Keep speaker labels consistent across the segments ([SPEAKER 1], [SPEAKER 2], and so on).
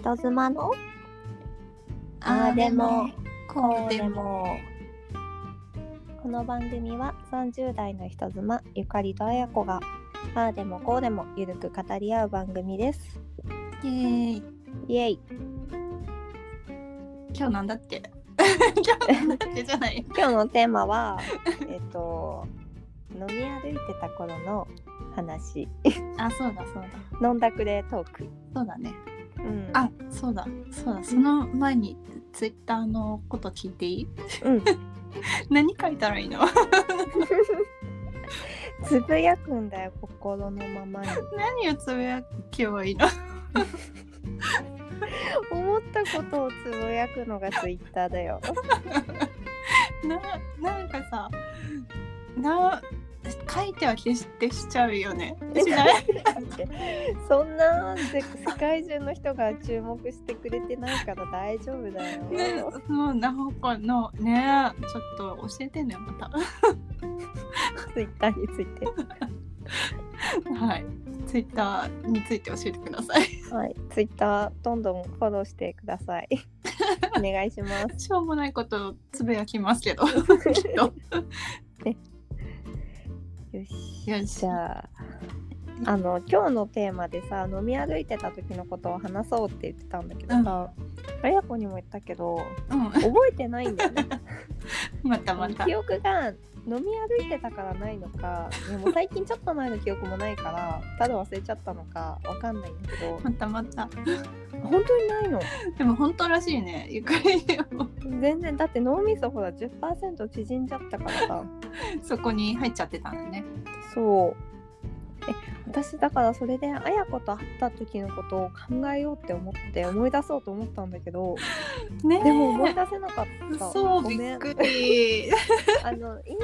[SPEAKER 1] 人妻の
[SPEAKER 2] あーでも
[SPEAKER 1] こ
[SPEAKER 2] うで
[SPEAKER 1] もこの番組は30代の人妻ゆかりとあやこがああでもこうでもゆるく語り合う番組です
[SPEAKER 2] イエーイ
[SPEAKER 1] イエイ
[SPEAKER 2] 今日なんだっ け今日なんだっけじゃない
[SPEAKER 1] 今日のテーマ はえっと飲み歩いてた頃の話
[SPEAKER 2] あそうだそうだ
[SPEAKER 1] 飲んだくれトーク、
[SPEAKER 2] そうだね
[SPEAKER 1] うん、
[SPEAKER 2] あそうだそうだその前にツイッターのこと聞いていい
[SPEAKER 1] うん
[SPEAKER 2] 何書いたらいいの
[SPEAKER 1] つぶやくんだよ心のままに
[SPEAKER 2] 何をつぶやけばいいの
[SPEAKER 1] 思ったことをつぶやくのがツイッターだよ
[SPEAKER 2] ななんかさな書いては消してしちゃ うよねしない
[SPEAKER 1] そんな世世界中の人が注目してくれてないから大丈夫だよ。
[SPEAKER 2] ね、そうなんかのねちょっと教えてねまた
[SPEAKER 1] ツイッターについて。
[SPEAKER 2] はいツイッターについて教えてください
[SPEAKER 1] はい、ツイッターどんどんフォローしてくださ い。お願いします。
[SPEAKER 2] しょうもないことをつぶやきます けどきっと
[SPEAKER 1] よし。
[SPEAKER 2] よし
[SPEAKER 1] じゃあ。あの今日のテーマでさ飲み歩いてた時のことを話そうって言ってたんだけどさ、あやこにも言ったけど
[SPEAKER 2] うん
[SPEAKER 1] 覚えてないんだよね
[SPEAKER 2] またまた
[SPEAKER 1] 記憶が飲み歩いてたからないのかでも最近ちょっと前の記憶もないからただ忘れちゃったのかわかんないんだけど
[SPEAKER 2] またまた
[SPEAKER 1] 本当にないの
[SPEAKER 2] でも本当らしいねゆかりを
[SPEAKER 1] 全然だって脳みそほら10%縮んじゃったからさ
[SPEAKER 2] そこに入っちゃってたんだね
[SPEAKER 1] そうえ私だからそれで綾子と会った時のことを考えようって思って思い出そうと思ったんだけど
[SPEAKER 2] ねえ
[SPEAKER 1] でも思い出せなかった
[SPEAKER 2] そう
[SPEAKER 1] ご
[SPEAKER 2] び
[SPEAKER 1] め
[SPEAKER 2] っ
[SPEAKER 1] ん
[SPEAKER 2] くり
[SPEAKER 1] あのイン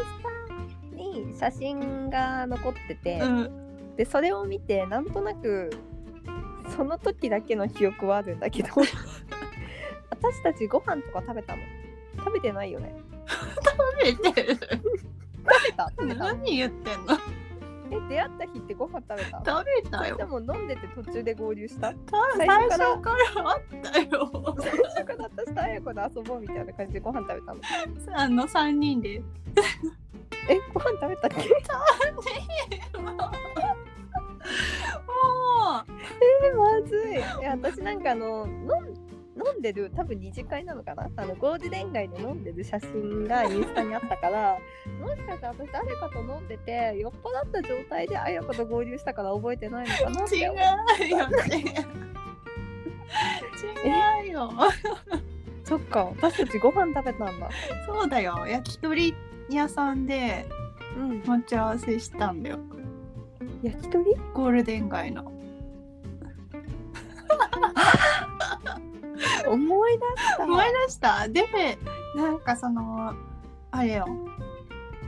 [SPEAKER 1] スタに写真が残ってて、
[SPEAKER 2] うん
[SPEAKER 1] でそれを見てなんとなくその時だけの記憶はあるんだ けど私たちご飯とか食べたの食べてないよね
[SPEAKER 2] 食べてる
[SPEAKER 1] 食べた食べた
[SPEAKER 2] 何言ってんの
[SPEAKER 1] え出会った日ってご飯食べた
[SPEAKER 2] 食べ
[SPEAKER 1] そ
[SPEAKER 2] た
[SPEAKER 1] れ
[SPEAKER 2] よ
[SPEAKER 1] とも飲んでて途中で合流した
[SPEAKER 2] 最
[SPEAKER 1] 最
[SPEAKER 2] 初
[SPEAKER 1] 初
[SPEAKER 2] か
[SPEAKER 1] からら
[SPEAKER 2] あったよ
[SPEAKER 1] 最初から私とあや子で遊ぼうみたいな感じでご飯食べたの
[SPEAKER 2] あの三人で
[SPEAKER 1] えご飯食べたっけ
[SPEAKER 2] もう
[SPEAKER 1] え まずいえ私なんかあの飲ん飲んでる多分二次会なのかなあのゴールデン街で飲んでる写真がインスタにあったからもしかして私誰かと飲んでて酔っ払った状態であや子と合流したから覚えてないのかなって
[SPEAKER 2] 違うよ
[SPEAKER 1] 思う
[SPEAKER 2] 違う違うよ
[SPEAKER 1] そっか私たちご飯食べたんだ
[SPEAKER 2] そうだよ焼き鳥屋さんで
[SPEAKER 1] うん
[SPEAKER 2] 待ち合わせしたんだよ
[SPEAKER 1] 焼き鳥
[SPEAKER 2] ゴールデン街の
[SPEAKER 1] 思い出した
[SPEAKER 2] 思い出したでなんかそのあれよ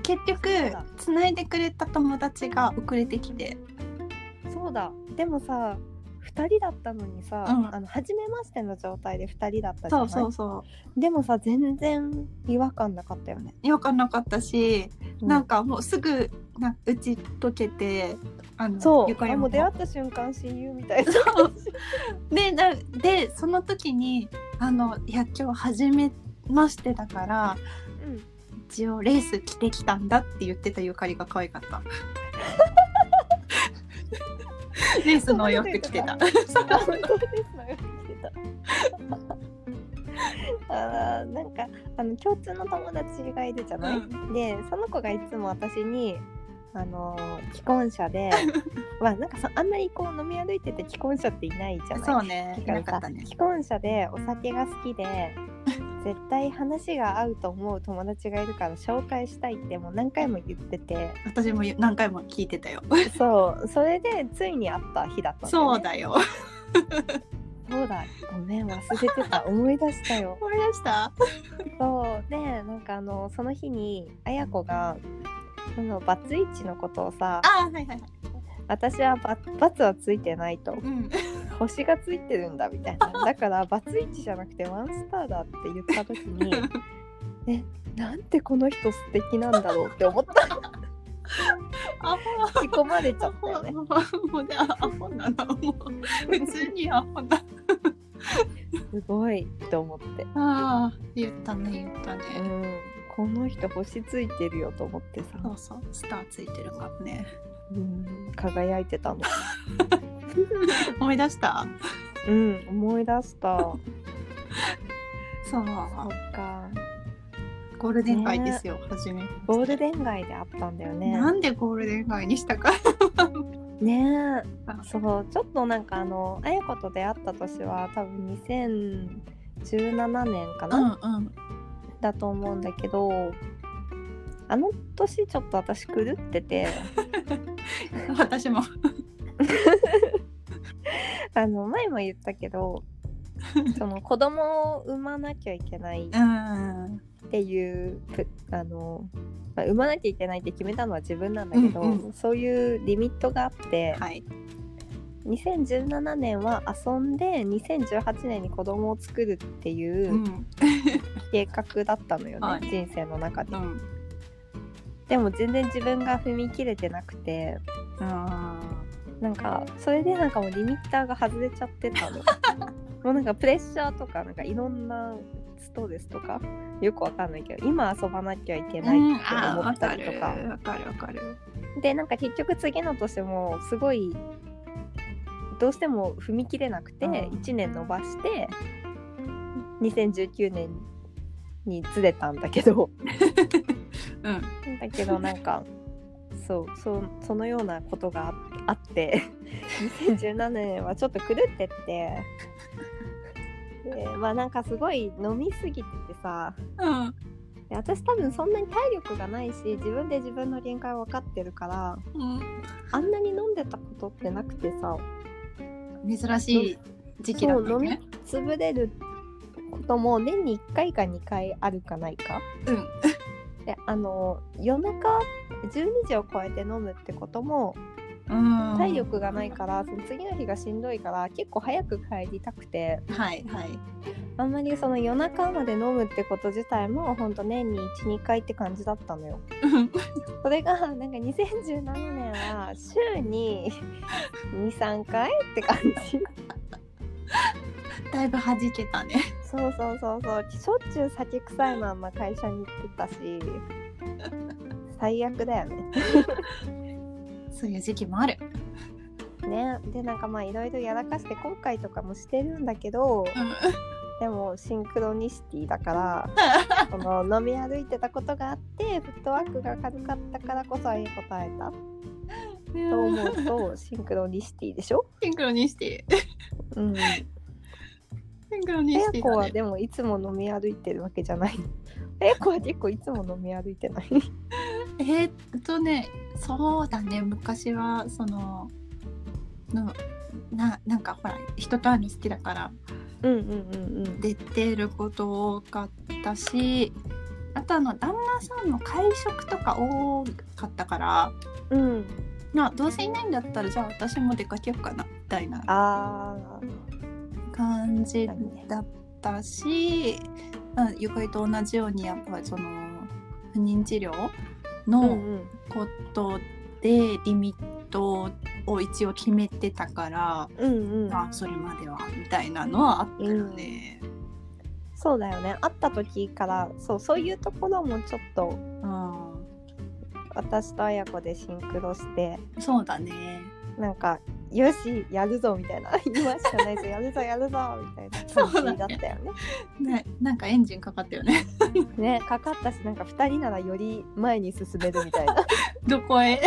[SPEAKER 2] 結局
[SPEAKER 1] そうだ
[SPEAKER 2] つないでくれた友達が遅れてきて
[SPEAKER 1] そうだでもさ2人だったのにさ、
[SPEAKER 2] うん
[SPEAKER 1] あの初めましての状態で2人だったじゃない
[SPEAKER 2] そ
[SPEAKER 1] う
[SPEAKER 2] そうそ
[SPEAKER 1] でもさ全然違和感なかったよね、
[SPEAKER 2] うよくなかったし、
[SPEAKER 1] う
[SPEAKER 2] なんかもうすぐな打ち解けてあの
[SPEAKER 1] そう
[SPEAKER 2] ゆか
[SPEAKER 1] あ
[SPEAKER 2] り
[SPEAKER 1] も
[SPEAKER 2] も
[SPEAKER 1] う出会った瞬間親友みたいな
[SPEAKER 2] そうでなでその時にあの「いや今日初めましてだから
[SPEAKER 1] うん
[SPEAKER 2] 一応レース着てきたんだ」って言ってたゆかりが可愛かった レースのお洋服着てた
[SPEAKER 1] あ本当ですね来てた あーなんかあの共通の友達がいるじゃない、でその子がいつも私にあのー既婚者 でまあなんかさあんまりこう飲み歩いてて既婚者っていないじゃない
[SPEAKER 2] そうねい
[SPEAKER 1] な
[SPEAKER 2] なんか
[SPEAKER 1] か
[SPEAKER 2] ったね
[SPEAKER 1] 既婚者でお酒が好きで絶対話が合うと思う友達がいるから紹介したいってもう何回も言ってて
[SPEAKER 2] 私も何回も聞いてたよ
[SPEAKER 1] そうそれでついに会った日だったんだよ
[SPEAKER 2] そう
[SPEAKER 1] ね
[SPEAKER 2] だよ
[SPEAKER 1] そうだごめん忘れてた思い出したよ
[SPEAKER 2] 思い出した
[SPEAKER 1] そうでなんかあのその日に綾子がそのバツイチのことをさ
[SPEAKER 2] あはいはいはい
[SPEAKER 1] 私はババツはついてないと
[SPEAKER 2] うん
[SPEAKER 1] 星がついてるんだみたい なだからバツイチじゃなくてワンスターだって言った時 にえなんてこの人素敵なんだろうって思った
[SPEAKER 2] アホ
[SPEAKER 1] 引き込ま れちゃ
[SPEAKER 2] ア
[SPEAKER 1] った
[SPEAKER 2] ホ
[SPEAKER 1] よね
[SPEAKER 2] アホでアホなのもう普通にアホな
[SPEAKER 1] すごいと思って、
[SPEAKER 2] ああ言ったね言ったね、
[SPEAKER 1] うん、この人星ついてるよと思ってさ、
[SPEAKER 2] そうそうスターついてるからね
[SPEAKER 1] うん、輝いてたの、
[SPEAKER 2] 思い出した
[SPEAKER 1] うん、思い出 した
[SPEAKER 2] そう
[SPEAKER 1] そっか
[SPEAKER 2] ゴールデン街ですよ、初めて
[SPEAKER 1] ゴールデン街であったんだよね
[SPEAKER 2] なんでゴールデン街にしたか
[SPEAKER 1] ねえそうちょっとなんかあのあやこと出会った年は多分2017年か
[SPEAKER 2] う
[SPEAKER 1] な、
[SPEAKER 2] んうん
[SPEAKER 1] だと思うんだけどあの年ちょっと私狂って て
[SPEAKER 2] 私も
[SPEAKER 1] あの前も言ったけ どその子供を産まなきゃいけないっ
[SPEAKER 2] うん
[SPEAKER 1] ていうぷあの、まあ産まなきゃいけないって決めたのは自分なんだけど、
[SPEAKER 2] うん
[SPEAKER 1] そういうリミットがあって、
[SPEAKER 2] はい
[SPEAKER 1] 2017年は遊んで2018年に子供を作るっていうううん計画だったのよね、
[SPEAKER 2] はい
[SPEAKER 1] 人生の中で
[SPEAKER 2] う。ん
[SPEAKER 1] でも全然自分が踏み切れてなくて。
[SPEAKER 2] あ
[SPEAKER 1] なんかそれでなんかもうリミッターが外れちゃって たのもうなんかプレッシャーとかなんかいろんなストレスとかよくわかんないけど今遊ばなきゃいけ
[SPEAKER 2] ー
[SPEAKER 1] ないっ
[SPEAKER 2] うん
[SPEAKER 1] て思
[SPEAKER 2] あーわ
[SPEAKER 1] った
[SPEAKER 2] か
[SPEAKER 1] り
[SPEAKER 2] る
[SPEAKER 1] とか,、
[SPEAKER 2] わかるわかる
[SPEAKER 1] でなんか結局次の年もすごいどうしても踏み切れなくて
[SPEAKER 2] うん
[SPEAKER 1] 1年延ばして2019年にずれたんだけど
[SPEAKER 2] うん
[SPEAKER 1] だけどなんかそうそうそのようなことがああって2017年はちょっと狂ってってでまあなんかすごい飲みすぎててさ
[SPEAKER 2] うん
[SPEAKER 1] で私多分そんなに体力がないし自分で自分の限界分かってるから
[SPEAKER 2] うん
[SPEAKER 1] あんなに飲んでたことってなくてさ
[SPEAKER 2] 珍しい時期だった
[SPEAKER 1] そ
[SPEAKER 2] よ
[SPEAKER 1] う飲み
[SPEAKER 2] ね
[SPEAKER 1] 潰れることも年に1回か2回あるかないか
[SPEAKER 2] うん
[SPEAKER 1] であの夜中12時を超えて飲むってことも
[SPEAKER 2] うん
[SPEAKER 1] 体力がないからその次の日がしんどいから結構早く帰りたくて
[SPEAKER 2] はいはい
[SPEAKER 1] あんまりその夜中まで飲むってこと自体もほんと年に12回って感じだったのよ
[SPEAKER 2] うん
[SPEAKER 1] それがなんか2017年は週に23回って感じ
[SPEAKER 2] だいぶ弾けたね
[SPEAKER 1] そうそうそうそうしょっちゅう酒臭いまんま会社に行って たし最悪だよね
[SPEAKER 2] そういう時期もある
[SPEAKER 1] ねでなんかまあいろいろやらかして今回とかもしてるんだけどでもシンクロニシティだから その飲み歩いてたことがあってフットワークが軽かったからこそいい答えた
[SPEAKER 2] うん
[SPEAKER 1] と思うとシンクロニシティでしょ
[SPEAKER 2] シンクロニシテ
[SPEAKER 1] うん。
[SPEAKER 2] ィシンクロニ
[SPEAKER 1] エ
[SPEAKER 2] シティ
[SPEAKER 1] 子
[SPEAKER 2] だ
[SPEAKER 1] は
[SPEAKER 2] ね
[SPEAKER 1] でもいつも飲み歩いてるわけじゃない。エ子は結構いつも飲み歩いてない。
[SPEAKER 2] えーっとねそうだね昔はそののななんかほら人と会うの好きだから
[SPEAKER 1] うんうんうんうん。
[SPEAKER 2] 出てること多かったしあとあの旦那さんの会食とか多かったから
[SPEAKER 1] うん。
[SPEAKER 2] まあどうせいないんだったらじゃあ私も出かけようかなみたいな
[SPEAKER 1] あ
[SPEAKER 2] 感じだったし、うん、ゆかりと同じようにやっぱりその不妊治療
[SPEAKER 1] あ。
[SPEAKER 2] の
[SPEAKER 1] ん
[SPEAKER 2] ことでリミットを一応決めてたから、
[SPEAKER 1] うん。うんうん。
[SPEAKER 2] あそれまではみたいなのはあったよね。
[SPEAKER 1] そうだよね。会った時からそうそういうところもちょっと
[SPEAKER 2] うん
[SPEAKER 1] 私と綾子でシンクロして。
[SPEAKER 2] そうだね。
[SPEAKER 1] なんか「よしやるぞ」みたいな「 今しかないぞやるぞやるぞ」みたいな
[SPEAKER 2] そうだ
[SPEAKER 1] 感
[SPEAKER 2] ね
[SPEAKER 1] じだったよね。
[SPEAKER 2] ね、なんかエンジンかかったよね。
[SPEAKER 1] ねかかったしなんか2人ならより前に進めるみたい な
[SPEAKER 2] どこへ。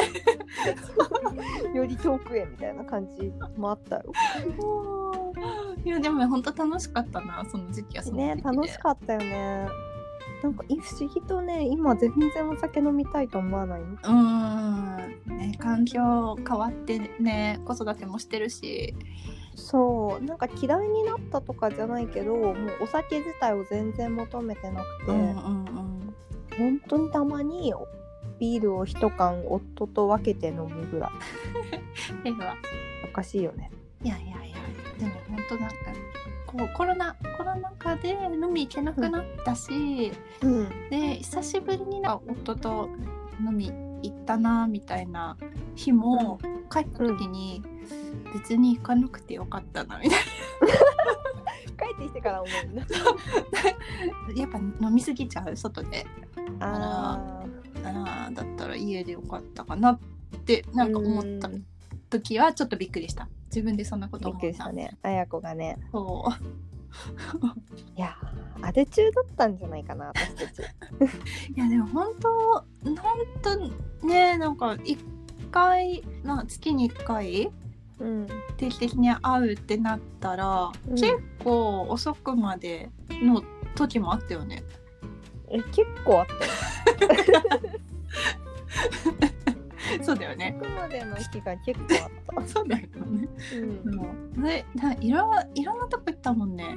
[SPEAKER 1] より遠くへみたいな感じもあったよ。
[SPEAKER 2] いや、でも、本当楽しかったな、その時期はその
[SPEAKER 1] ね
[SPEAKER 2] 時期で。
[SPEAKER 1] 楽しかったよね。なんかい不思議とね今全然お酒飲みたいと思わないの。
[SPEAKER 2] うーん、ね、環境変わってね、子育てもしてるし。
[SPEAKER 1] そうなんか嫌いになったとかじゃないけどもうお酒自体を全然求めてなくて。
[SPEAKER 2] うん、うん、うん。
[SPEAKER 1] 本当にたまにビールを一缶夫と分けて飲むぐらい
[SPEAKER 2] ええわ。
[SPEAKER 1] おかしいよね
[SPEAKER 2] いやいやいや、でも、本当なんか。こう、コロナ、コロナ禍で飲み行けなくなったし。
[SPEAKER 1] うん
[SPEAKER 2] で、久しぶりにな、夫と飲み行ったなみたいな。日も、帰った時に。別に行かなくてよかったなみたい
[SPEAKER 1] 帰
[SPEAKER 2] な
[SPEAKER 1] ってきてから思うな。
[SPEAKER 2] やっぱ飲みすぎちゃう外で
[SPEAKER 1] あ
[SPEAKER 2] あーだったら家でよかったかなって
[SPEAKER 1] あ。
[SPEAKER 2] なんか思った
[SPEAKER 1] うん
[SPEAKER 2] 時はちょっとびっくりした自分でそんなこと
[SPEAKER 1] びっ
[SPEAKER 2] 思
[SPEAKER 1] くりしたね。あやこがね。
[SPEAKER 2] そう
[SPEAKER 1] いやー、当て中だったんじゃないかな、私たち。
[SPEAKER 2] いやでも本当本当ねなんか一回な月に1回
[SPEAKER 1] うん。
[SPEAKER 2] 定期的に会うってなったら、
[SPEAKER 1] うん
[SPEAKER 2] 結構遅くまでの時もあったよね。
[SPEAKER 1] え、結構あったよ。
[SPEAKER 2] そうだよね。
[SPEAKER 1] そこまでの日が結構あっ
[SPEAKER 2] そうだよね。
[SPEAKER 1] た。うん。
[SPEAKER 2] もうでないろいろんなとこ行ったもんね。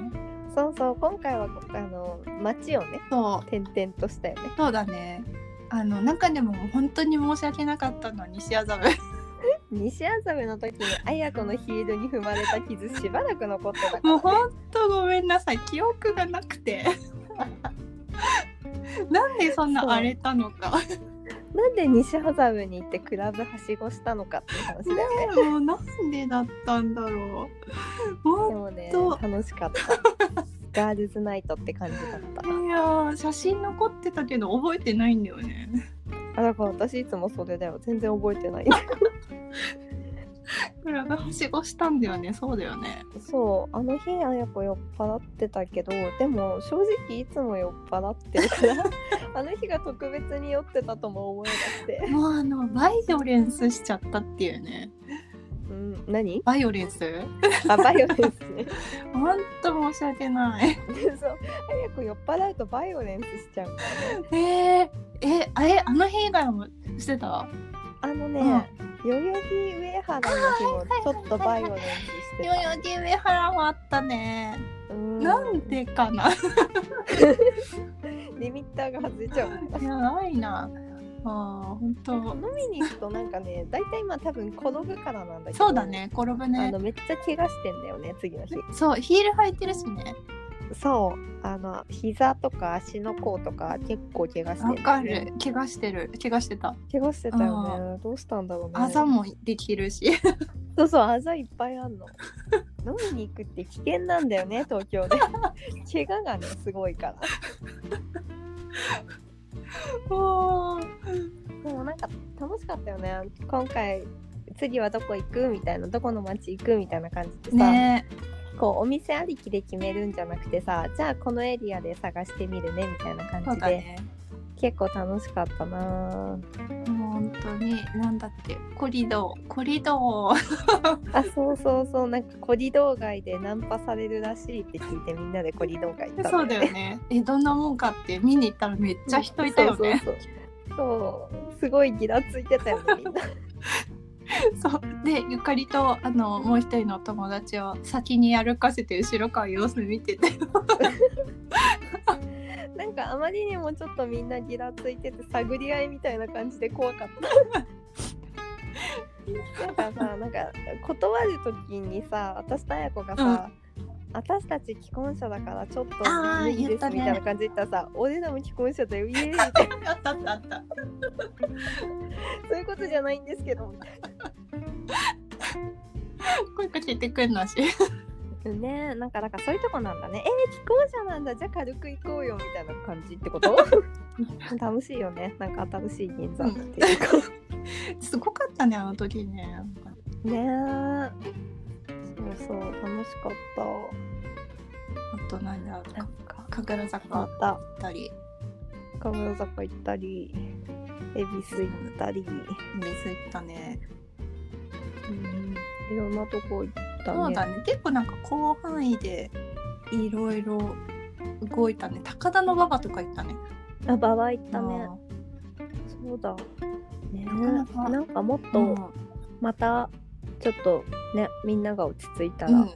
[SPEAKER 1] そうそう、今回は、あの、街をね、
[SPEAKER 2] そう
[SPEAKER 1] 転々としたよね。
[SPEAKER 2] そうだね。あの中でも本当に申し訳なかったのは西麻布。
[SPEAKER 1] 西麻布の時に綾子のヒールに踏まれた傷しばらく残ってたから、
[SPEAKER 2] もう本当ごめんなさい記憶がなくて。なんでそんな荒れたのか。
[SPEAKER 1] なんで西麻布に行ってクラブはしごしたのかっていう話だよね。
[SPEAKER 2] ねもうなんでだったんだろう。
[SPEAKER 1] で
[SPEAKER 2] も
[SPEAKER 1] もね
[SPEAKER 2] そう
[SPEAKER 1] 楽しかった。 ガールズナイトって感じだっ
[SPEAKER 2] ういやー写真残ってたけど覚えてないんだよね。
[SPEAKER 1] た。あだから私いつもそれだよ全然覚えてない。
[SPEAKER 2] クラブはしごしたんだよねそうだよね
[SPEAKER 1] そうあの日あや子酔っ払ってたけどでも正直いつも酔っ払ってる からあの日が特別に酔ってたとも思えなく て。
[SPEAKER 2] もうあのバイオレンスしちゃったっていうね
[SPEAKER 1] うん何？
[SPEAKER 2] バイオレンス
[SPEAKER 1] あバイオレンスね。
[SPEAKER 2] ほんと申し訳ない
[SPEAKER 1] そうあや子酔っ払うとバイオレンスしちゃうからね。
[SPEAKER 2] えー、えあれあの日以外もしてた
[SPEAKER 1] あのね、
[SPEAKER 2] うん
[SPEAKER 1] 代々木上原の日もちょっとバイオレンスして
[SPEAKER 2] 代々木上原もあったね、
[SPEAKER 1] た。うん
[SPEAKER 2] なんでかない
[SPEAKER 1] リミッターが外れちゃう。
[SPEAKER 2] やないなあ本当
[SPEAKER 1] 飲みに行くとなんかね、大体今多分転ぶからなんだけど。
[SPEAKER 2] そうだ。ね転ぶ
[SPEAKER 1] あ
[SPEAKER 2] ね
[SPEAKER 1] のめっちゃ怪我してんだよね次の日
[SPEAKER 2] そうヒール履いてるしね
[SPEAKER 1] そうあの膝とか足の甲とか結構怪我して
[SPEAKER 2] わ
[SPEAKER 1] んだ
[SPEAKER 2] か
[SPEAKER 1] よね
[SPEAKER 2] る怪我してる怪我してた
[SPEAKER 1] 怪我してたよねどうしたんだろうね
[SPEAKER 2] あざもできるし
[SPEAKER 1] そうそうあざいっぱいあ んの飲みに行くって危険なんだよね東京 で怪我がねすごいから
[SPEAKER 2] もう
[SPEAKER 1] でもなんか楽しかったよね今回次はどこ行くみたいなどこの街行くみたいな感じでさ、
[SPEAKER 2] ね
[SPEAKER 1] こうお店ありきで決めるんじゃなくてさじゃあこのエリアで探してみるねみたいな感
[SPEAKER 2] そう
[SPEAKER 1] じ
[SPEAKER 2] だ
[SPEAKER 1] で、
[SPEAKER 2] ね
[SPEAKER 1] 結構楽しかったな
[SPEAKER 2] もう本当になんだっけコリドーコリドー
[SPEAKER 1] あそうそうそうなんかコリドー街でナンパされるらしいって聞いてみんなでコリドー街行ったん
[SPEAKER 2] そうだよねえどんなもんかって見に行ったらめっちゃ人いたよね
[SPEAKER 1] そうそうそうそうすごいギラついてたよねみんな
[SPEAKER 2] そうでゆかりとあのもう一人の友達を先に歩かせて後ろから様子見て て
[SPEAKER 1] なんかあまりにもちょっとみんなギラついてて探り合いみたいな感じで怖かったなんかさなんか断る時にさ私と綾子がさ、私たち既婚者だからちょっと
[SPEAKER 2] あー
[SPEAKER 1] 無理
[SPEAKER 2] 言
[SPEAKER 1] で
[SPEAKER 2] っ
[SPEAKER 1] す
[SPEAKER 2] た
[SPEAKER 1] み
[SPEAKER 2] ね
[SPEAKER 1] たいな感じで言ったらさ、俺らも既婚者だよイエーイみた いな
[SPEAKER 2] あったあったあった
[SPEAKER 1] そういうことじゃないんですけど
[SPEAKER 2] 声かけてくんなし
[SPEAKER 1] ねなんかなんかそういうとこなんだねえー、既婚者なんだじゃあ軽く行こうよみたいな感じってこと 楽しいよねなんか新しい銀座っていうか、
[SPEAKER 2] すごかったねあの時ね
[SPEAKER 1] ねーそうそう楽しかっ
[SPEAKER 2] あとなんだ
[SPEAKER 1] たなんか
[SPEAKER 2] 神楽坂行
[SPEAKER 1] ま
[SPEAKER 2] ったたり
[SPEAKER 1] 神楽坂行ったり恵比寿行ったり、
[SPEAKER 2] 水行ったね
[SPEAKER 1] いろんなとこ行ったね
[SPEAKER 2] そうだね結構なんか広範囲でいろいろ動いたね高田の馬場とか行ったね
[SPEAKER 1] あババ行ったね
[SPEAKER 2] あー
[SPEAKER 1] そうだね
[SPEAKER 2] なかなか
[SPEAKER 1] なんかもっ
[SPEAKER 2] う
[SPEAKER 1] と
[SPEAKER 2] ん
[SPEAKER 1] またちょっとねみんなが落ち着いたら、
[SPEAKER 2] うん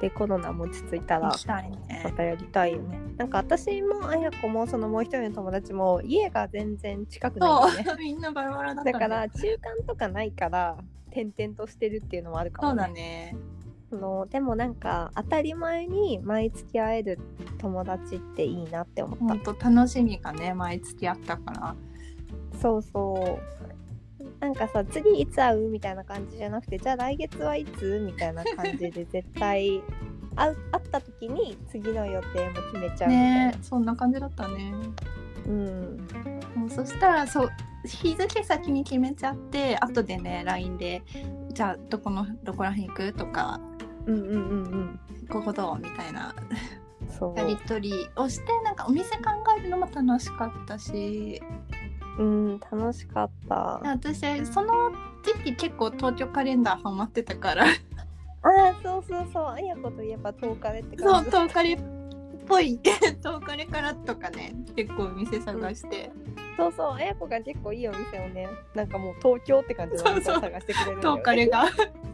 [SPEAKER 1] でコロナも落ち着いたら
[SPEAKER 2] 行きたい
[SPEAKER 1] ま
[SPEAKER 2] ね。
[SPEAKER 1] たやりたいよね。なんか私もあやこもそのもう一人の友達も家が全然近くないんだよね。
[SPEAKER 2] そう、みんなバラバラだ
[SPEAKER 1] だ
[SPEAKER 2] か。
[SPEAKER 1] からら中間とかないから転々としてるっていうのもあるか
[SPEAKER 2] そ
[SPEAKER 1] も、
[SPEAKER 2] う
[SPEAKER 1] ね。
[SPEAKER 2] だね。
[SPEAKER 1] そのでもなんか当たり前に毎月会える友達っていいなって思った
[SPEAKER 2] 本。当楽しみがね、毎月あったから。
[SPEAKER 1] そうそう。なんかさ次いつ会うみたいな感じじゃなくてじゃあ来月はいつみたいな感じで絶対会う会った時に次の予定も決めちゃうみたいな、
[SPEAKER 2] ねそんな感じだったね
[SPEAKER 1] うん
[SPEAKER 2] もうそしたらそう日付先に決めちゃって後でね LINE でじゃあどこのどこら辺行くとか
[SPEAKER 1] うんうんうんうん
[SPEAKER 2] ここどうみたいな
[SPEAKER 1] そう
[SPEAKER 2] やり取りをしてなんかお店考えるのも楽しかったし
[SPEAKER 1] うん楽しかったあ
[SPEAKER 2] 私その時期結構東京カレンダーハマってたから
[SPEAKER 1] あそうそうそうあやこといえば10日でって
[SPEAKER 2] そ
[SPEAKER 1] 感
[SPEAKER 2] う
[SPEAKER 1] じ
[SPEAKER 2] 東カレっぽい 東カレからとかね結構お店探して、
[SPEAKER 1] そうそうあやこが結構いいお店をねなんかもう東京って感じのお店を探してくれるんだよ
[SPEAKER 2] 東
[SPEAKER 1] ね
[SPEAKER 2] カレが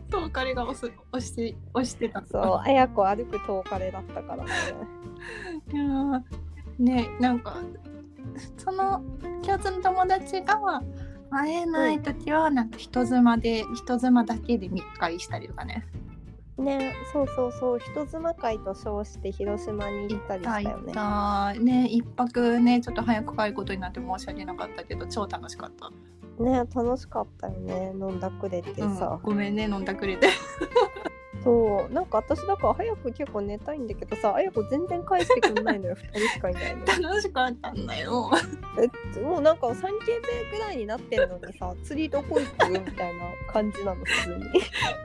[SPEAKER 2] 東カレが押す押して押してた
[SPEAKER 1] そう、あやこ歩く10日でだったからね。
[SPEAKER 2] いやーねなんかその共通の友達が会えない時はなんか人妻で人妻だけで密会したりとかね
[SPEAKER 1] ね、そうそうそう、人妻会と称して広島に行ったりしたよね。
[SPEAKER 2] 行ったね一泊ねちょっと早く帰ることになって申し訳なかったけど超楽しかった、
[SPEAKER 1] ね、楽しかったよね、飲んだくれて
[SPEAKER 2] うん
[SPEAKER 1] さ。
[SPEAKER 2] ごめんね飲んだくれて
[SPEAKER 1] そう、なんか私だから早く結構寝たいんだけどさ、あやこ全然帰ってくんないのよ、2人しかいないの。
[SPEAKER 2] 楽しかったんだよ
[SPEAKER 1] えもうなんか3軒目ぐらいになってるのにさ、釣りどこ行くみたいな感じなの、普通に。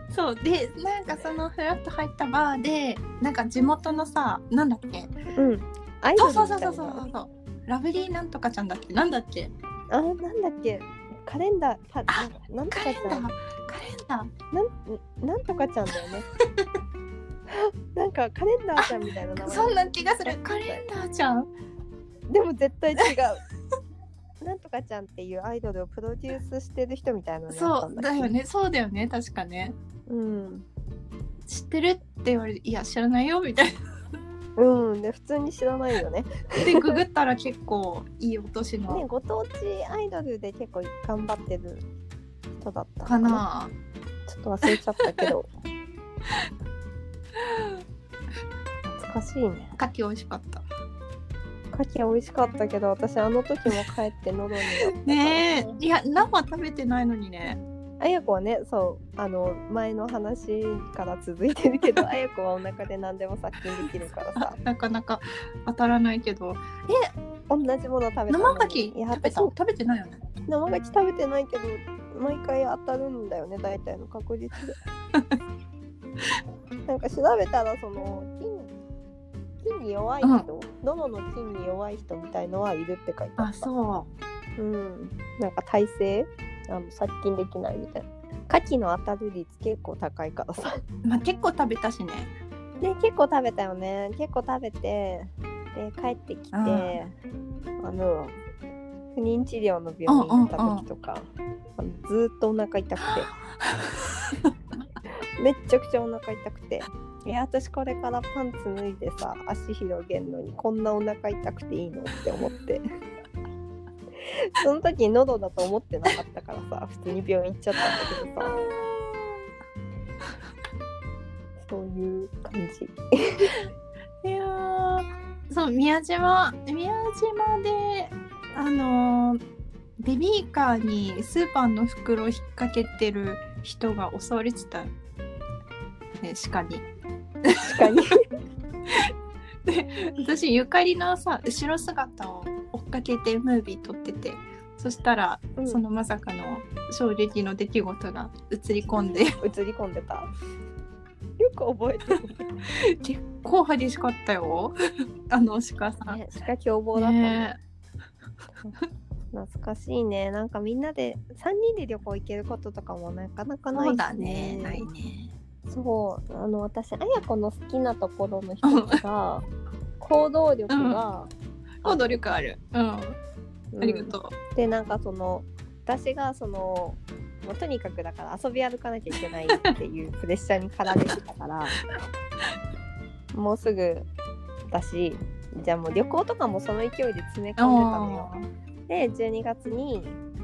[SPEAKER 2] そうでなんかそのフラッと入ったバーでなんか地元のさなんだっけ
[SPEAKER 1] うん。 アイド
[SPEAKER 2] そ
[SPEAKER 1] ル
[SPEAKER 2] う
[SPEAKER 1] みたいう
[SPEAKER 2] そそ
[SPEAKER 1] な
[SPEAKER 2] うそうそうそうラブリーなんとかちゃんだっけなんだっけ
[SPEAKER 1] あー、なんだっけ、カレンダー、パ
[SPEAKER 2] あ
[SPEAKER 1] なんと
[SPEAKER 2] カ
[SPEAKER 1] か
[SPEAKER 2] レン
[SPEAKER 1] ち
[SPEAKER 2] ダ
[SPEAKER 1] ゃ
[SPEAKER 2] ー
[SPEAKER 1] ん
[SPEAKER 2] カレンダー
[SPEAKER 1] なんなんとかちゃんだよね。 なんかカレンダーちゃんみたいな名
[SPEAKER 2] そ
[SPEAKER 1] 前。
[SPEAKER 2] んな気がするカレンダーちゃん
[SPEAKER 1] でも絶対違う。なんとかちゃんっていうアイドルをプロデュースしてる人みたいなのやった
[SPEAKER 2] そ
[SPEAKER 1] ん
[SPEAKER 2] うだ
[SPEAKER 1] っけ
[SPEAKER 2] よ。ねそうだよね確かね
[SPEAKER 1] うん。
[SPEAKER 2] 知ってるって言われていや知らないよみたい
[SPEAKER 1] うん。で普通に知らないよね。ね
[SPEAKER 2] なでググったら結構いいお年の
[SPEAKER 1] ご当地アイドルで結構頑張ってる人だったの
[SPEAKER 2] か。な
[SPEAKER 1] ちょっと忘れちゃったけ ど。懐かしいね。
[SPEAKER 2] 牡蠣美味しかった
[SPEAKER 1] 牡蠣美味しかったけど、私あの時も帰って喉になったから。
[SPEAKER 2] ねえいや生食べてないのにね
[SPEAKER 1] あや子はねそうあの前の話から続いてるけどあや子はお腹で何でも殺菌できるから
[SPEAKER 2] あ
[SPEAKER 1] さ
[SPEAKER 2] なかなか当たらないけど
[SPEAKER 1] 同じもの食べた
[SPEAKER 2] 生
[SPEAKER 1] の
[SPEAKER 2] 牡
[SPEAKER 1] に
[SPEAKER 2] 蠣
[SPEAKER 1] いや
[SPEAKER 2] 食べた
[SPEAKER 1] 私も
[SPEAKER 2] 食べてないよね
[SPEAKER 1] 生牡蠣食べてないけど毎回当たるんだよね大体の確率 でなんか調べたらその菌菌に弱い人、喉の菌に弱い人みたいのはいるって書いてあった
[SPEAKER 2] あそう
[SPEAKER 1] うん、なんか耐性あの殺菌できないみたいな牡蠣の当たる率結構高いからさ
[SPEAKER 2] まあ結構食べたしね
[SPEAKER 1] で結構食べたよね結構食べてで帰ってきてあ
[SPEAKER 2] うん
[SPEAKER 1] の不妊治療の病院行った時とか、あのずーっとお腹痛く てめっちゃくちゃお腹痛くていや私これからパンツ脱いでさ足広げんのにこんなお腹痛くていいのって思って その時喉だと思ってなかったからさ普通に病院行っちゃったんだけどさそういう感じ
[SPEAKER 2] いやーそう宮島宮島であのーベビーカーにスーパーの袋を引っ掛けてる人が襲われてた、ね、鹿に
[SPEAKER 1] 確かに
[SPEAKER 2] 私ゆかりのさ後ろ姿を追っかけてムービー撮っててそしたら、
[SPEAKER 1] うん
[SPEAKER 2] そのまさかの衝撃の出来事が映り込んで
[SPEAKER 1] 映り込んでたよく覚えてる
[SPEAKER 2] 結構激しかったよ あの鹿さん。
[SPEAKER 1] ね鹿凶暴だったね
[SPEAKER 2] ね
[SPEAKER 1] 懐かしいねなんかみんなで3人で旅行行けることとかもなかなかないし
[SPEAKER 2] そうだねないね。
[SPEAKER 1] そうあの私あや子の好きなところの一つが行動力が、
[SPEAKER 2] 行動力ある。うん。
[SPEAKER 1] うん
[SPEAKER 2] ありがと
[SPEAKER 1] でなんかその私がそのもうとにかくだから遊び歩かなきゃいけないって いうプレッシャーにかられてたからもうすぐだしじゃあもう旅行とかもその勢いで詰め込んで
[SPEAKER 2] う。
[SPEAKER 1] たのよ。で12月に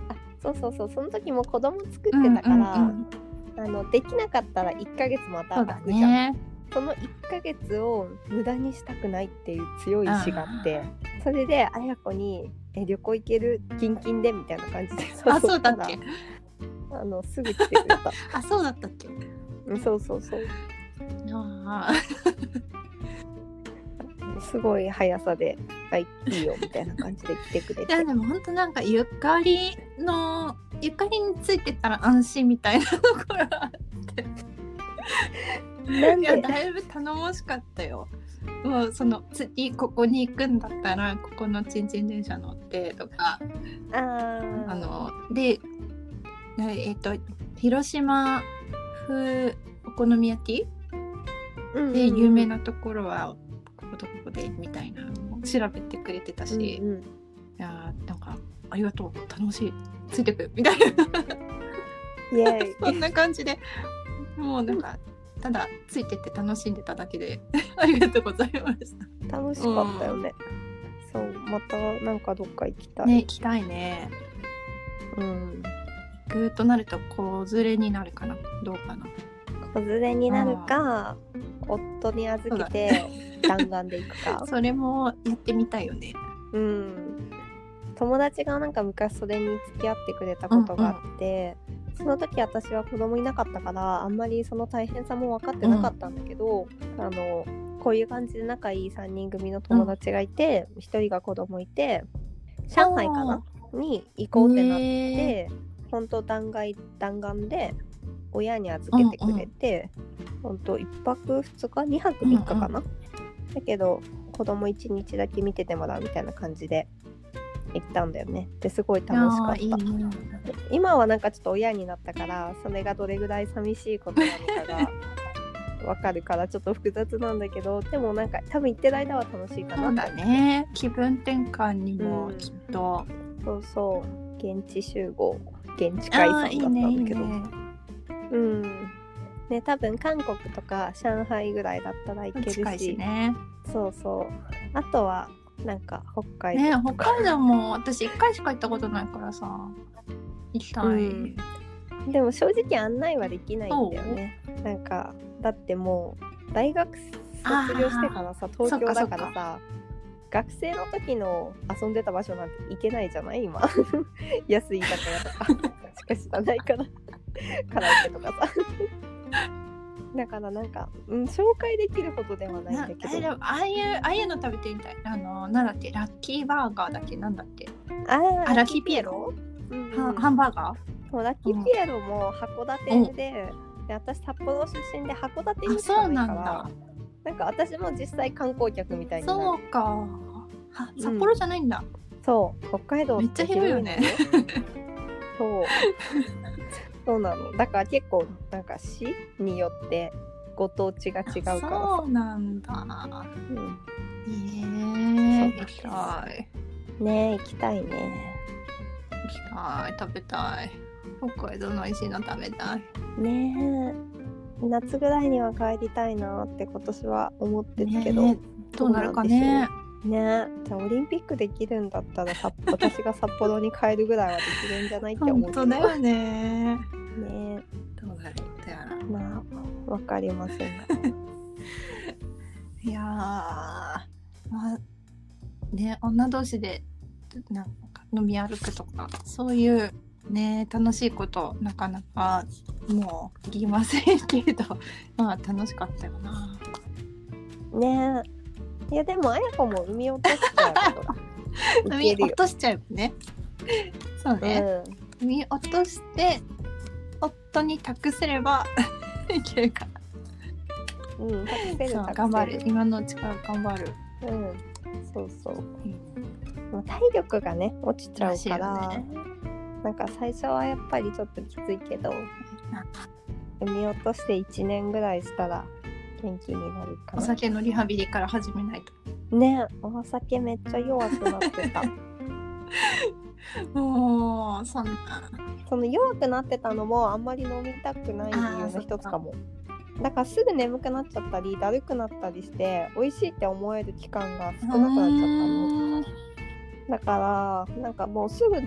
[SPEAKER 1] あそうそうそうその時も子供作ってたから、
[SPEAKER 2] うんうん
[SPEAKER 1] あのできなかったら1ヶ月また
[SPEAKER 2] そうだ
[SPEAKER 1] 空くじゃん
[SPEAKER 2] ね。
[SPEAKER 1] その1ヶ月を無駄にしたくないっていう強い意志があってそれで綾子にえ「旅行行けるキンキンで」みたいな感じで
[SPEAKER 2] あ、そうだっけ。
[SPEAKER 1] あのすぐ来てくれた
[SPEAKER 2] あ、そうだったっけ。
[SPEAKER 1] うんそうそうそう
[SPEAKER 2] あ
[SPEAKER 1] すごい速さで「はいいいよ」みたいな感じで来てくれ
[SPEAKER 2] ーいや
[SPEAKER 1] て
[SPEAKER 2] でも本当なんかゆかりのゆかりについてたら安心みたいなところは
[SPEAKER 1] なん
[SPEAKER 2] いや
[SPEAKER 1] で
[SPEAKER 2] だいぶ頼もしかったよ。もうその次ここに行くんだったらここのちんちん電車乗ってとか
[SPEAKER 1] あ
[SPEAKER 2] あ
[SPEAKER 1] あ
[SPEAKER 2] のでなえっ、と広島風お好み焼き
[SPEAKER 1] の
[SPEAKER 2] で有名なところはこことここでみたいなのを調べてくれてたし、いやーなんかありがとう楽しいついてくみたい な
[SPEAKER 1] イエイ
[SPEAKER 2] そんな感じでもうなんかただついてって楽しんでただけで ありがとうございました。
[SPEAKER 1] 楽しかったよね、そうまたなんかどっか行きたい、
[SPEAKER 2] ね行きたいね。
[SPEAKER 1] うん
[SPEAKER 2] 行くとなると子連れになるかなどうかな。
[SPEAKER 1] 子連れになるか夫に預けて弾丸で行くか
[SPEAKER 2] それもやってみたいよね。
[SPEAKER 1] うん友達がなんか昔それに付き合ってくれたことがあって、その時私は子供いなかったからあんまりその大変さも分かってなかったんだけど、あのこういう感じで仲いい3人組の友達がいて、一1人が子供いて上海かなに行こうってなって、
[SPEAKER 2] ね
[SPEAKER 1] 本当弾丸弾丸で親に預けてくれて、本当1泊2日2泊3日かな、
[SPEAKER 2] うん
[SPEAKER 1] だけど子供1日だけ見ててもらうみたいな感じで行ったんだよねですごい楽しかった
[SPEAKER 2] いやーいいね
[SPEAKER 1] 今はなんかちょっと親になったからそれがどれぐらい寂しいことなのか がわかるからちょっと複雑なんだけどでもなんか多分行ってる間は楽しいか
[SPEAKER 2] そう
[SPEAKER 1] な
[SPEAKER 2] だ
[SPEAKER 1] って
[SPEAKER 2] ね。気分転換にも
[SPEAKER 1] うん
[SPEAKER 2] きっと。
[SPEAKER 1] そうそう現地集合現地解散だったんだけどうんね多分韓国とか上海ぐらいだったら行ける
[SPEAKER 2] 近い
[SPEAKER 1] し
[SPEAKER 2] しね。
[SPEAKER 1] そうそうあとはなんか北海道
[SPEAKER 2] ね
[SPEAKER 1] とか
[SPEAKER 2] 北海道も私一回しか行ったことないからさ。行きたい。
[SPEAKER 1] うんでも正直案内はできないんだよね。なんかだってもう大学卒業してからさ東京だからさ学生の時の遊んでた場所なんて行けないじゃない今 安い居酒屋 とかしか知らないからカラオケとかさ。だからなんか、うん、紹介できることではない
[SPEAKER 2] なん
[SPEAKER 1] だけ
[SPEAKER 2] 大
[SPEAKER 1] ど
[SPEAKER 2] 丈夫ああいうああいうの食べてみたいあのなんだっけラッキーバーガーだっけなんだっけ、
[SPEAKER 1] あー
[SPEAKER 2] あラッキーピエロ、
[SPEAKER 1] うんうん
[SPEAKER 2] ハンハンバーガ
[SPEAKER 1] そうラッキーピエロも函館で,、で私札幌出身で函館
[SPEAKER 2] ーあ
[SPEAKER 1] にし
[SPEAKER 2] そ
[SPEAKER 1] か
[SPEAKER 2] う
[SPEAKER 1] な
[SPEAKER 2] ないん
[SPEAKER 1] から
[SPEAKER 2] だ
[SPEAKER 1] なんか私も実際観光客みたいになる
[SPEAKER 2] そうかは札幌じゃないんだ、
[SPEAKER 1] そう北海道
[SPEAKER 2] めっちゃ広いよね
[SPEAKER 1] 広いのよそう そうなのだから結構なんか市によってご当地が違うからさ
[SPEAKER 2] そうなんだ
[SPEAKER 1] うん
[SPEAKER 2] ええ
[SPEAKER 1] そう
[SPEAKER 2] 行きたい
[SPEAKER 1] ねえ行きたいね
[SPEAKER 2] 行きたい食べたい北海道の美味しいの食べたい
[SPEAKER 1] ねえ夏ぐらいには帰りたいなって今年は思ってるけど、
[SPEAKER 2] ねえどうなるかね
[SPEAKER 1] ねじゃあオリンピックできるんだった ら札私が札幌に帰るぐらいはできるんじゃないって思
[SPEAKER 2] 本
[SPEAKER 1] うけど
[SPEAKER 2] 当だよね
[SPEAKER 1] ね
[SPEAKER 2] どうなるかやら
[SPEAKER 1] えまあわかりませんが
[SPEAKER 2] いやーまあね女同士でなんか飲み歩くとかそういうね楽しいことなかなかもうできませんけど まあ楽しかったよな。
[SPEAKER 1] ねえいやでもあやこも海落としちゃ うといける
[SPEAKER 2] 落
[SPEAKER 1] よ
[SPEAKER 2] としちゃえばね。そうね。海落として夫に託せれば いけるか。
[SPEAKER 1] うん、うん、託せる
[SPEAKER 2] そう
[SPEAKER 1] 託せ
[SPEAKER 2] 頑張る。今のうちから頑張る。
[SPEAKER 1] うんそうそう
[SPEAKER 2] うん
[SPEAKER 1] まあ体力がね落ちちゃうから
[SPEAKER 2] らしいよね
[SPEAKER 1] なんか最初はやっぱりちょっときついけど海落として1年ぐらいしたら元気になるか
[SPEAKER 2] お
[SPEAKER 1] な
[SPEAKER 2] 酒のリハビリから始めないと。
[SPEAKER 1] ねえお酒めっちゃ弱くなって た
[SPEAKER 2] もうそんな。
[SPEAKER 1] その弱くなってたのもあんまり飲みたくない理
[SPEAKER 2] あ
[SPEAKER 1] 由
[SPEAKER 2] ー
[SPEAKER 1] の一つかもだからすぐ眠くなっちゃったりだるくなったりして美味しいって思える期間が少なくなっちゃったのだからなんかもうすぐす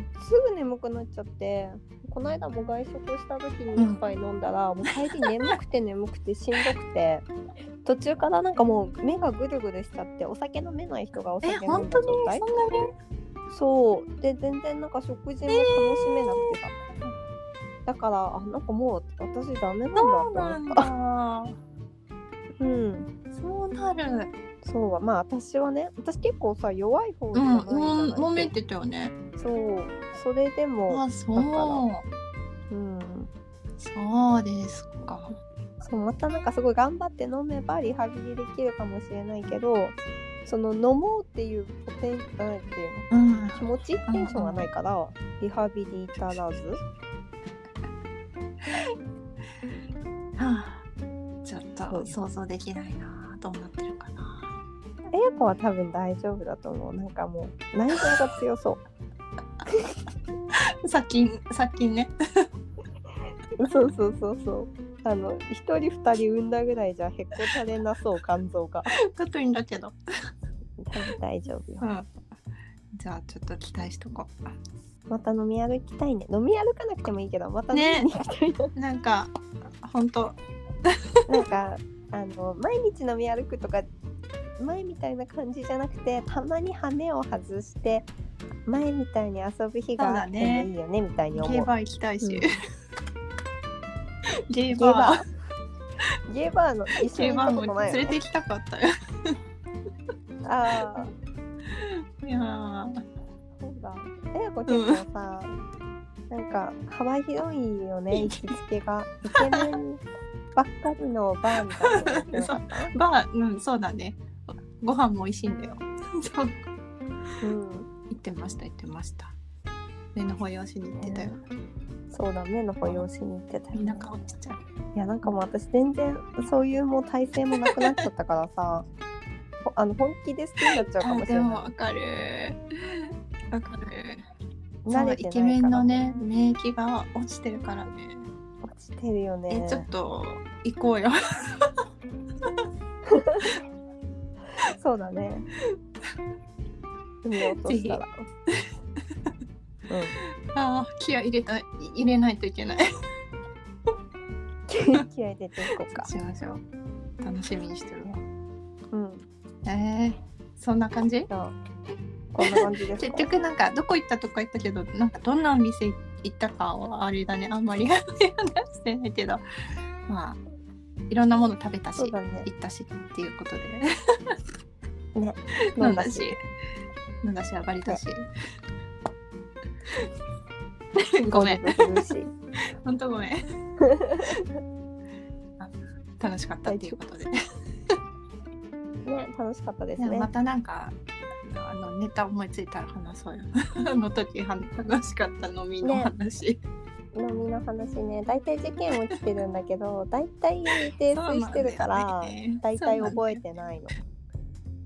[SPEAKER 1] ぐ眠くなっちゃってこの間も外食した時に一杯飲んだら、もう帰り眠くて眠くてしんどくて途中からなんかもう目がぐるぐるしちゃってお酒飲めない人がお酒
[SPEAKER 2] え、
[SPEAKER 1] 飲
[SPEAKER 2] 本
[SPEAKER 1] ん
[SPEAKER 2] 当
[SPEAKER 1] だ
[SPEAKER 2] に
[SPEAKER 1] 状態
[SPEAKER 2] そんなに
[SPEAKER 1] そうで全然なんか食事も楽しめなくてさ、だからあなんかもう私ダメなんだと
[SPEAKER 2] そう
[SPEAKER 1] 思
[SPEAKER 2] な
[SPEAKER 1] っ
[SPEAKER 2] ん
[SPEAKER 1] た
[SPEAKER 2] だ。
[SPEAKER 1] うん、
[SPEAKER 2] そうなる。
[SPEAKER 1] そうはまあ私はね私結構さ弱い方じ
[SPEAKER 2] う
[SPEAKER 1] ゃ
[SPEAKER 2] ん、
[SPEAKER 1] ないじゃ
[SPEAKER 2] も
[SPEAKER 1] ない、
[SPEAKER 2] ん揉めてたよね。
[SPEAKER 1] そうそれでも、
[SPEAKER 2] あ、そう。
[SPEAKER 1] うん、
[SPEAKER 2] そうですか。
[SPEAKER 1] そうまたなんかすごい頑張って飲めばリハビリできるかもしれないけどその飲もうっていうポテンなんていうの
[SPEAKER 2] うん。
[SPEAKER 1] 気持ちテンションがないからリハビリ至らず
[SPEAKER 2] はあ、ちょっ
[SPEAKER 1] そ
[SPEAKER 2] と
[SPEAKER 1] う
[SPEAKER 2] 想像できないな。どうなってるかな。
[SPEAKER 1] 英子は多分大丈夫だと思うなんかもう内臓が強そう
[SPEAKER 2] 殺菌、殺菌ね。
[SPEAKER 1] そうそうそうそう。あの一人二人産んだぐらいじゃへっこたれなそう肝臓が。
[SPEAKER 2] 特にだけど。
[SPEAKER 1] 多分大丈夫よ
[SPEAKER 2] う。ん。じゃあ、ちょっと期待しとこ
[SPEAKER 1] また飲み歩きたいね。飲み歩かなくてもいいけど、また飲
[SPEAKER 2] ね
[SPEAKER 1] みに行きたいな。
[SPEAKER 2] う。なんか、本当。
[SPEAKER 1] なんかあの毎日飲み歩くとか前みたいな感じじゃなくて、たまに羽目を外して前みたいに遊ぶ日があってもいいよねみたいに
[SPEAKER 2] ゲ
[SPEAKER 1] 思
[SPEAKER 2] ー
[SPEAKER 1] う。
[SPEAKER 2] バー行きたいし。
[SPEAKER 1] うん
[SPEAKER 2] ゲー
[SPEAKER 1] ゲー
[SPEAKER 2] バ
[SPEAKER 1] バ
[SPEAKER 2] ー。
[SPEAKER 1] ー。ゲーバーの一緒
[SPEAKER 2] ゲ
[SPEAKER 1] に行
[SPEAKER 2] ー
[SPEAKER 1] っ
[SPEAKER 2] バー
[SPEAKER 1] た
[SPEAKER 2] も
[SPEAKER 1] ことない
[SPEAKER 2] 連
[SPEAKER 1] よ、
[SPEAKER 2] れ
[SPEAKER 1] ね。
[SPEAKER 2] て行きたかったよ。
[SPEAKER 1] ああ。
[SPEAKER 2] いやー
[SPEAKER 1] そうだ。えこ結構さ、なんか幅広いよね行きつけが。イケメンばっかりのバーみたいなのやって なかった。
[SPEAKER 2] バー、うん、そうだね。ご飯も美味しいんだよ。 そう。
[SPEAKER 1] うん。
[SPEAKER 2] 行ってました、行ってました。目の保養しに行ってたよ。
[SPEAKER 1] そうだ目の保養しに行ってたよ、
[SPEAKER 2] みんな顔ちっちゃい。
[SPEAKER 1] いやなんかもう私全然そういうもう体勢もなくなっちゃったからさ。 ほあの本気で好きになっちゃうか
[SPEAKER 2] あ
[SPEAKER 1] もし
[SPEAKER 2] で
[SPEAKER 1] れ
[SPEAKER 2] も
[SPEAKER 1] な
[SPEAKER 2] わかるわかる
[SPEAKER 1] い。
[SPEAKER 2] そ
[SPEAKER 1] 慣
[SPEAKER 2] う
[SPEAKER 1] れ
[SPEAKER 2] イ
[SPEAKER 1] て
[SPEAKER 2] ケ
[SPEAKER 1] な
[SPEAKER 2] メ
[SPEAKER 1] い
[SPEAKER 2] ン
[SPEAKER 1] から
[SPEAKER 2] のね免疫が落ちてるからね
[SPEAKER 1] 落ちてるよね。
[SPEAKER 2] えちょっと行こうよ
[SPEAKER 1] そうだね。産み落としたら。うん。
[SPEAKER 2] あー気合い入れたい入れないといけない
[SPEAKER 1] 気合い出ていこ うか。
[SPEAKER 2] しましょう楽しみにしてるわ
[SPEAKER 1] うん。
[SPEAKER 2] えー、そんな感じ
[SPEAKER 1] じゃあこんな感じですか。
[SPEAKER 2] 結局なんかどこ行ったとか言ったけどなんかどんなお店行ったかはあれだねあんまり話してないけどまあいろんなもの食べたし
[SPEAKER 1] そう
[SPEAKER 2] 行
[SPEAKER 1] だね。
[SPEAKER 2] ったしっていうことで
[SPEAKER 1] な
[SPEAKER 2] なんん
[SPEAKER 1] だ
[SPEAKER 2] だ
[SPEAKER 1] し。
[SPEAKER 2] し。なんだし、暴れたし。ご めん、
[SPEAKER 1] ゴルフするし。
[SPEAKER 2] 本当 ごめん。あ楽しかったっていうことで。
[SPEAKER 1] ね、楽しかったです
[SPEAKER 2] じゃあ
[SPEAKER 1] ね。
[SPEAKER 2] またなんか、あのネタ思いついたら話そうよ。 あの時は楽しかった飲みの話。
[SPEAKER 1] 飲みの話ね、大体事件起きてるんだけど、大体泥酔してるから、大体覚え
[SPEAKER 2] て。
[SPEAKER 1] てないの。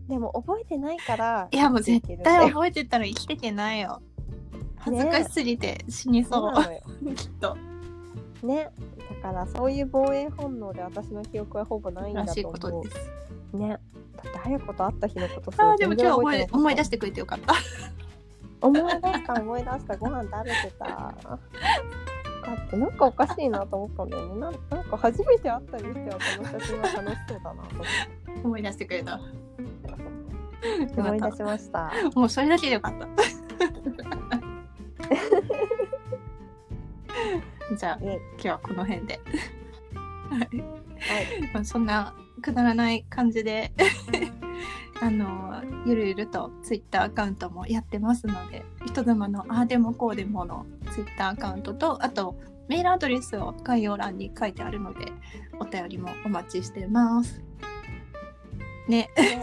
[SPEAKER 1] でも覚えてないから
[SPEAKER 2] い、やもう絶対覚えてたら生きてけないよ。恥ずかしすぎて死に
[SPEAKER 1] そう
[SPEAKER 2] そう、
[SPEAKER 1] なのよ。
[SPEAKER 2] きっと。
[SPEAKER 1] ね、だからそういう防衛本能で私の記憶はほぼないんだ
[SPEAKER 2] らしい
[SPEAKER 1] と
[SPEAKER 2] こと
[SPEAKER 1] 思
[SPEAKER 2] です。
[SPEAKER 1] う。ね、だって早子と会った日のことす
[SPEAKER 2] あ
[SPEAKER 1] ら
[SPEAKER 2] ーでも
[SPEAKER 1] 全
[SPEAKER 2] 今
[SPEAKER 1] 然
[SPEAKER 2] 日思
[SPEAKER 1] 覚
[SPEAKER 2] い
[SPEAKER 1] えてない。
[SPEAKER 2] 思い出してくれてよかった。
[SPEAKER 1] 思い出した思い出したご飯食べてただってなんかおかしいなと思ったんだよねななんか初めて会ったにしてはこの写真は楽しそうだな と思
[SPEAKER 2] 思い出してくれた。
[SPEAKER 1] って思い出しま した
[SPEAKER 2] もうそれだけでよ かった。 じゃあ
[SPEAKER 1] イエイ
[SPEAKER 2] 今日はこの辺で。
[SPEAKER 1] はい
[SPEAKER 2] まあそんなくだらない感じで あのゆるゆるとツイッターアカウントもやってますので人妻のああでもこうでものツイッターアカウントとあとメールアドレスを概要欄に書いてあるのでお便りもお待ちしてます。ね、
[SPEAKER 1] で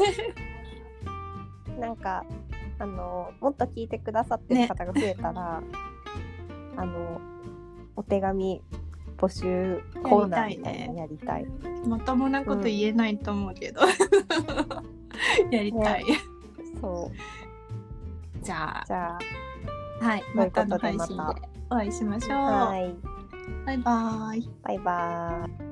[SPEAKER 1] なんかあのもっと聞いてくださってる方が増えたら、あのお手紙募集コーナーみたいなのやりたい
[SPEAKER 2] まともなこと言えないと思うけど、 やりたい。
[SPEAKER 1] そう
[SPEAKER 2] じゃあ
[SPEAKER 1] じゃ
[SPEAKER 2] はい、
[SPEAKER 1] とい
[SPEAKER 2] ま
[SPEAKER 1] うこと
[SPEAKER 2] た
[SPEAKER 1] で
[SPEAKER 2] の配信で
[SPEAKER 1] また
[SPEAKER 2] お会いしましょう。
[SPEAKER 1] あはい
[SPEAKER 2] バイバイ。
[SPEAKER 1] バイバーイ